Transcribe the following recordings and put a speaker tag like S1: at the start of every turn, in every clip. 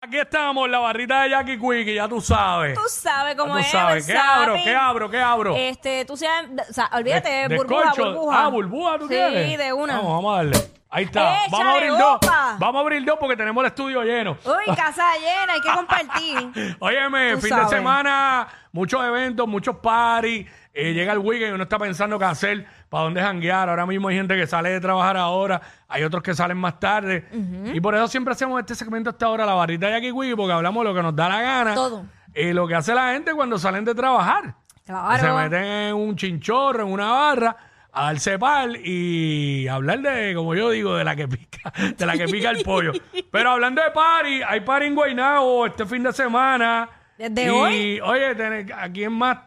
S1: Aquí estamos, la barrita de Jackie Quickie, ya tú sabes.
S2: Tú sabes
S1: Ya
S2: cómo
S1: Ah, tú
S2: es.
S1: sabes.
S2: el
S1: ¿Qué abro?
S2: zapping.
S1: ¿Qué abro? ¿Qué abro?
S2: Este, tú seas, o sea,
S1: De-
S2: olvídate, burbuja,
S1: descorcho.
S2: burbuja.
S1: Ah, burbuja, ¿tú
S2: Sí,
S1: quieres?
S2: de una.
S1: Vamos, vamos a darle. Ahí está.
S2: Échale,
S1: vamos a abrir dos.
S2: opa.
S1: Vamos a abrir dos porque tenemos el estudio lleno.
S2: Uy, casa llena, hay que compartir.
S1: Óyeme,
S2: Tú
S1: fin
S2: sabes.
S1: de semana, muchos eventos, muchos parties. Eh, llega el weekend y uno está pensando qué hacer, para dónde janguear. Ahora mismo hay gente que sale de trabajar ahora, hay otros que salen más tarde. Y por eso siempre hacemos este segmento hasta ahora, la barrita de aquí, Wiki, porque hablamos de lo que nos da la gana.
S2: Todo.
S1: Y lo que hace la gente cuando salen de trabajar.
S2: Claro.
S1: Se meten en un chinchorro, en una barra, a darse pal y hablar de, como yo digo, de la que pica, de la que pica el pollo. Pero hablando de party, hay party en Guaynabo este fin de semana.
S2: ¿Desde
S1: y,
S2: hoy?
S1: oye, ten- ¿a quién más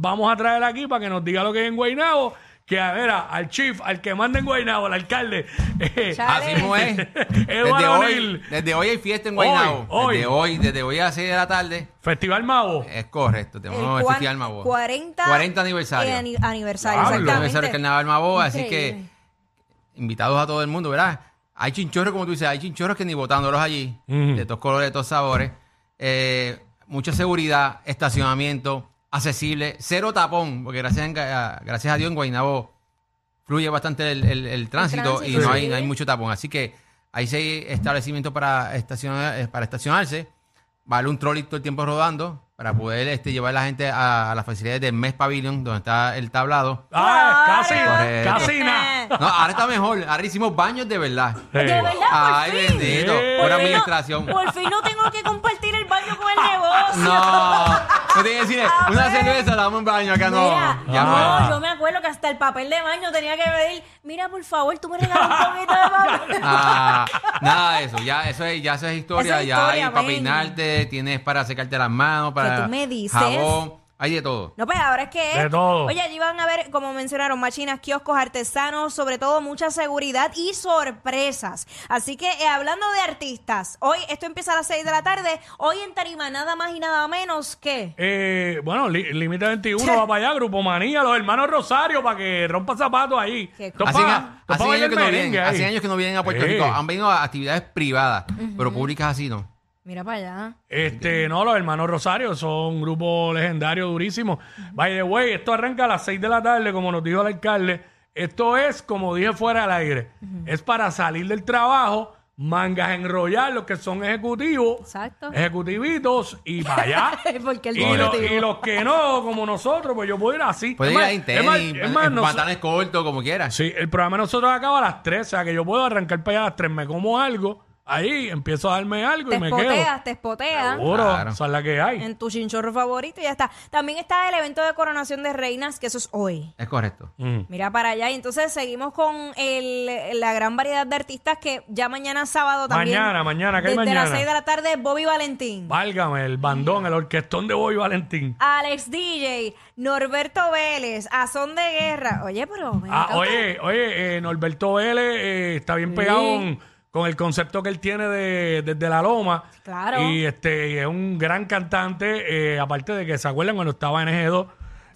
S1: vamos a traer aquí para que nos diga lo que hay en Guaynabo? Que a ver, a- al chief, al que manda en Guaynabo, al alcalde. eh,
S2: Chao. Dale.
S3: Así mismo es. desde,
S1: Eduardo
S3: hoy,
S1: O'Neill.
S3: desde hoy hay fiesta en Guaynabo.
S1: Hoy,
S3: Desde
S1: hoy.
S3: hoy, desde hoy a las 6 de la tarde.
S1: Festival Mavo.
S3: Es correcto, tenemos
S2: El
S3: el
S2: cuan-
S3: Festival Mabó.
S2: 40
S3: 40 aniversario.
S2: eh, ani- aniversario,
S1: Diablo.
S2: exactamente.
S3: aniversario del Carnaval Mabó, así que
S2: Increíble.
S3: invitados a todo el mundo, ¿verdad? Hay chinchorros, como tú dices, hay chinchorros que ni botándolos allí,
S1: Ujú.
S3: de todos colores, de todos sabores. Eh, mucha seguridad, estacionamiento, accesible, cero tapón, porque gracias, en- a, gracias a Dios en Guaynabo fluye bastante el, el- el tránsito, y
S2: tránsito,
S3: no
S2: sí.
S3: hay, no hay mucho tapón. Así que hay seis establecimientos para, estacionar, eh, para estacionarse. Vale un trolley todo el tiempo rodando para poder este, llevar a la gente a, a las facilidades del MES Pavilion, donde está el tablado.
S1: Ah, casi,
S3: Correcto.
S1: casi nada.
S3: No, ahora está mejor. Ahora hicimos baños de verdad.
S1: Sí.
S2: Eh, De verdad, por
S3: Ay,
S2: fin.
S3: bendito.
S1: Sí.
S3: Por
S2: Por fin no-
S3: administración.
S2: Por fin no tengo que compartir el baño con el negocio.
S3: No. No tiene que decir, una cerveza, damos un baño acá. No,
S2: Mira, Ah.
S3: ya
S2: no,
S1: fue.
S2: yo me acuerdo que hasta el papel de baño tenía que pedir, mira, por favor, tú me regalas un poquito de papel.
S3: Ah, nada de eso. Ya eso es, ya eso es historia.
S2: Eso es
S3: ya
S2: historia,
S3: hay para
S2: ven.
S3: peinarte, tienes para secarte las manos, para
S2: tú me dices?
S3: jabón. Hay de todo.
S2: No, pues ahora es que
S1: De
S2: es-
S1: todo.
S2: Oye, allí van a ver, como mencionaron, machinas, kioscos, artesanos, sobre todo mucha seguridad y sorpresas. Así que eh, hablando de artistas, hoy esto empieza a las 6 de la tarde. Hoy en Tarima nada más y nada menos que
S1: Eh, bueno, Li- Límite 21 va para allá, Grupo Manía, los hermanos Rosario, para que rompa zapatos ahí.
S2: Qué
S1: Esto es
S3: Hace,
S1: pa-
S3: a-
S1: esto es
S3: hace
S1: pa'
S3: años que
S1: bailar
S3: no vienen,
S1: merengue ahí.
S3: hace años que no vienen a Puerto
S1: Sí.
S3: Rico. Han venido a actividades privadas, pero públicas así no.
S2: Mira para allá.
S1: Este, no, los hermanos Rosario son un grupo legendario durísimo. By the way, esto arranca a las 6 de la tarde, como nos dijo el alcalde. Esto es, como dije fuera al aire, es para salir del trabajo, mangas enrollar, los que son ejecutivos,
S2: Exacto.
S1: ejecutivitos, y para allá.
S2: Porque el
S1: y, los-
S2: ejecutivo.
S1: y los que no, como nosotros, pues yo puedo ir así.
S3: Puedes
S1: Es
S3: ir
S1: más-
S3: ahí en
S1: es más-
S3: tenis,
S1: es más,
S3: en
S1: nos-
S3: pantalones cortos, como quieras.
S1: Sí, el programa de nosotros acaba a las 3, o sea que yo puedo arrancar para allá a las 3, me como algo, ahí empiezo a darme algo
S2: Te
S1: y me quedo.
S2: espoteas, ¿ah? te espoteas.
S1: Seguro,
S3: Claro.
S1: esa es la que hay.
S2: En tu chinchorro favorito y ya está. También está el evento de coronación de reinas, que eso es hoy.
S3: Es correcto.
S1: Mm.
S2: Mira para allá. Y entonces seguimos con el- la gran variedad de artistas que ya mañana sábado también.
S1: Mañana, mañana, ¿qué hay
S2: desde
S1: mañana?
S2: las 6 de la tarde, Bobby Valentín.
S1: Válgame, el bandón, el orquestón de Boy Valentín.
S2: Alex DJ, Norberto Vélez, Azón de Guerra. Oye, pero. ven
S1: Ah,
S2: acá,
S1: oye, oye, eh, Norberto Vélez eh, está bien pegado con, con el concepto que él tiene de, desde la loma.
S2: Claro.
S1: Y este y es un gran cantante, eh, aparte de que se acuerdan cuando estaba en EG2.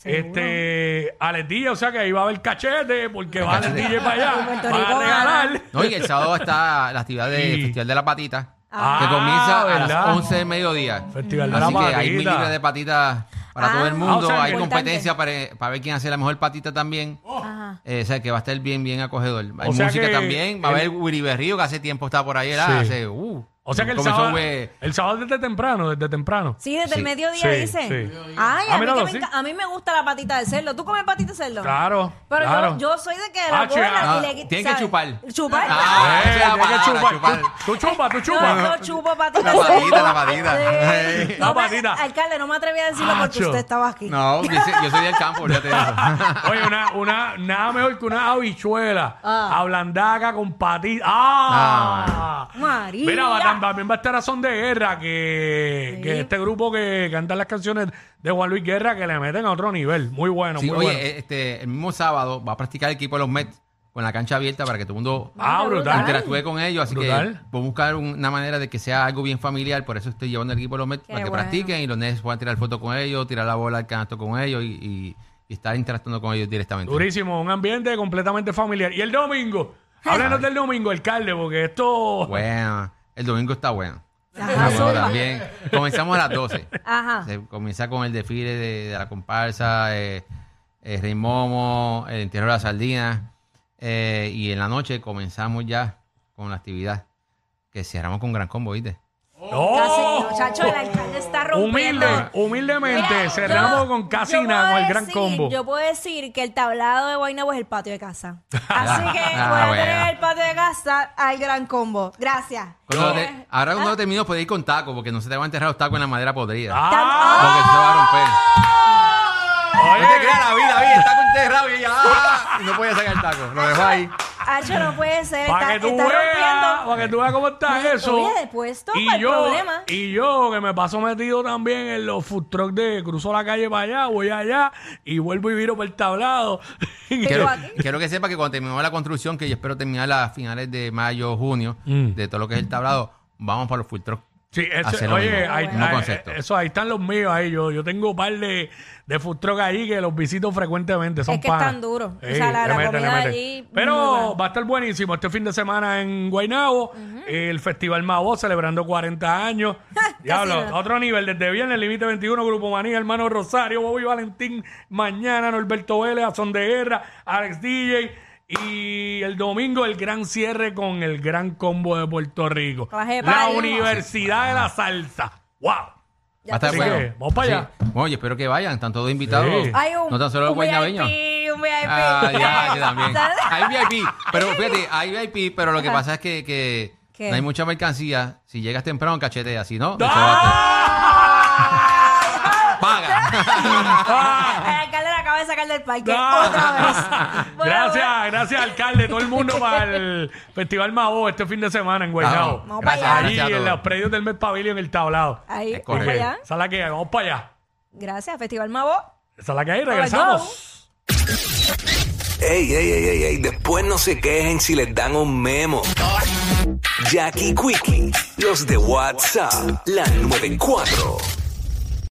S1: Este, Alex DJ, o sea que ahí va a haber cachete, porque va Alex
S3: Cachete.
S1: DJ para allá.
S2: En Puerto
S1: va
S2: Rico,
S1: a regalar.
S3: No, y el sábado está la actividad del
S1: Sí.
S3: Festival de la Patita,
S1: Ah,
S3: que comienza a
S1: ¿verdad?
S3: las 11 del mediodía.
S1: Festival de la
S3: Así que hay
S1: Patita.
S3: mil libras de patitas para
S2: Ah,
S3: todo el mundo.
S1: o sea, Oh.
S3: hay
S2: importante.
S3: competencia para, para ver quién hace la mejor patita también.
S2: Ajá.
S3: Eh, o sea, que va a estar bien, bien acogedor. Hay
S1: O sea
S3: música
S1: que
S3: también. Va a
S1: el-
S3: haber Willy Berrío, que hace tiempo está por ahí. era
S1: Sí.
S3: hace, uh,
S1: O sea que el
S3: comenzó,
S1: sábado,
S3: eh,
S1: el sábado desde temprano, desde temprano.
S2: Sí, desde el
S3: Sí.
S2: mediodía
S1: Sí,
S2: dice.
S1: sí.
S2: Ay,
S1: Ah,
S2: a, mí que
S1: míralo,
S2: me
S1: sí.
S2: enca- a mí me gusta la patita de cerdo. ¿Tú comes patita de cerdo?
S1: Claro.
S2: Pero yo-
S1: claro.
S2: Yo, soy de que la
S1: Ah, che,
S2: bola
S3: ah,
S2: y le
S3: tiene que chupar.
S2: Chupar.
S3: Ah,
S1: Eh,
S3: esa es la
S1: tienes que
S3: palabra,
S1: chupar.
S3: chupar.
S1: Tú, tú chupa, tú
S2: No,
S1: chupa.
S2: no chupo patita
S3: La
S2: de cerdo.
S3: patita, la patita.
S2: Sí.
S3: Ey.
S2: No,
S1: La
S2: pero,
S1: patita.
S2: Alcalde, no me atreví a decirlo porque
S1: Acho.
S2: usted estaba aquí.
S3: No, yo soy- yo soy del campo, olvídate de eso.
S1: Oye, una, una, nada mejor que una habichuela
S2: Ah.
S1: ablandada con patita. ¡Ah!
S2: María.
S1: Mira, va a estar tam- también va a estar a Son de Guerra, que,
S2: Sí.
S1: que este grupo que canta las canciones de Juan Luis Guerra, que le meten a otro nivel. Muy bueno,
S3: Sí,
S1: muy
S3: oye,
S1: bueno.
S3: eh, este, el mismo sábado va a practicar el equipo de los Mets con la cancha abierta para que todo el mundo
S1: ah, brutal.
S3: interactúe con ellos. Así que
S1: Brutal.
S3: voy a buscar un- una manera de que sea algo bien familiar. Por eso estoy llevando el equipo de los Mets
S2: Qué
S3: para que
S2: bueno.
S3: practiquen y los Nets puedan tirar fotos con ellos, tirar la bola al canasto con ellos y, y- y estar interactuando con ellos directamente.
S1: Durísimo, un ambiente completamente familiar. Y el domingo, háblanos del domingo, alcalde, porque esto.
S3: Bueno, el domingo está bueno.
S2: Ajá,
S3: Está bueno
S2: zumba.
S3: también. Comenzamos a las 12.
S2: Ajá.
S3: Se comienza con el desfile de, de la comparsa, eh, eh, Rey Momo, el entierro de la sardina. eh, y en la noche comenzamos ya con la actividad que cerramos con Gran Combo, ¿viste?
S1: ¡No!
S2: Casi, muchacho, el alcalde está rompiendo.
S1: ¡Oh! Humilde, humildemente,
S2: Mira,
S1: cerramos
S2: yo-
S1: con casi
S2: yo
S1: nada,
S2: puedo
S1: con el gran
S2: decir-
S1: combo.
S2: Yo puedo decir que el tablado de Guaynabo es el patio de casa. Así que
S3: Ah,
S2: voy a
S3: bueno.
S2: tener el patio de casa al gran combo. Gracias.
S3: Cuando
S2: Eh,
S3: te- ahora cuando termino puedes ir con taco, porque no se te van a enterrar los tacos en la madera podrida.
S1: ¡Ah!
S3: Porque se va a romper.
S1: Oye,
S3: No te creas la vida, David, el taco enterrado y ella, ¡ah! Y no podía sacar el taco, lo dejó ahí.
S2: Acho, no puede ser.
S1: para
S2: Está,
S1: que tú
S2: está
S1: veas,
S2: rompiendo.
S1: para que tú veas cómo está eso.
S2: Oye, después toma el problema.
S1: y yo que me paso metido también en los food trucks de cruzo la calle para allá, voy allá y vuelvo y viro por el tablado.
S3: Quiero,
S2: aquí.
S3: quiero que sepa que cuando terminemos la construcción, que yo espero terminar a finales de mayo, junio,
S1: Mm.
S3: de todo lo que es el tablado, vamos para los full truck.
S1: Sí, ese-
S3: Hacer lo
S1: oye,
S3: mismo,
S1: ahí,
S3: mismo
S1: ahí-
S3: concepto.
S1: eso, ahí están los míos, ahí yo, yo tengo un par de, de food truck ahí que los visito frecuentemente, son
S2: Es que
S1: panas.
S2: están duros. O
S1: Sí,
S2: sea, la-
S1: le
S2: la
S1: meten, le
S2: comida
S1: meten.
S2: allí, muy
S1: Pero
S2: buena.
S1: va a estar buenísimo este fin de semana en Guaynabo, el Festival Mavo celebrando 40 años. Diablo,
S2: Casi nada.
S1: a otro nivel, desde viernes, Límite 21, Grupo Manía, Hermano Rosario, Bobby Valentín, mañana Norberto Vélez, Azón de Guerra, Alex DJ. Y el domingo el gran cierre con el gran combo de Puerto Rico.
S2: Clase de
S1: La
S2: palo.
S1: universidad de la salsa. ¡Wow!
S3: Va a estar
S1: Así
S3: bueno.
S1: que, vamos para
S3: Sí.
S1: allá.
S3: Bueno, yo espero que vayan, están todos invitados.
S1: Sí.
S2: Hay un,
S3: no tan solo los
S2: un VIP,
S3: guaynabeños.
S2: un VIP.
S3: Ah, ya, yo también.
S2: ¿Sabes?
S3: Hay VIP, pero fíjate, hay VIP, pero lo que pasa es que, que
S2: ¿Qué?
S3: no hay mucha mercancía. Si llegas temprano, cachetea, si no,
S2: Ah,
S3: paga.
S2: El alcalde la acaba de sacar del parque otra vez. Bueno,
S1: ¡Ah! gracias, gracias, alcalde. Todo el mundo para el Festival Mao este fin de semana en Guaynabo.
S2: Vamos para allá.
S3: gracias,
S1: Allí
S3: gracias a
S1: en los
S3: todos.
S1: predios del Met Pavilion, el tablado.
S2: Ahí,
S3: Es
S2: vamos
S3: correcto.
S2: allá.
S1: Esa es la que hay, vamos para allá.
S2: Gracias, Festival Mavo.
S1: Esa es la que hay,
S2: go.
S1: regresamos.
S4: Ey, ey, ey, ey, ey, después no se quejen si les dan un memo. Jackie Quickie, los de WhatsApp, la 94.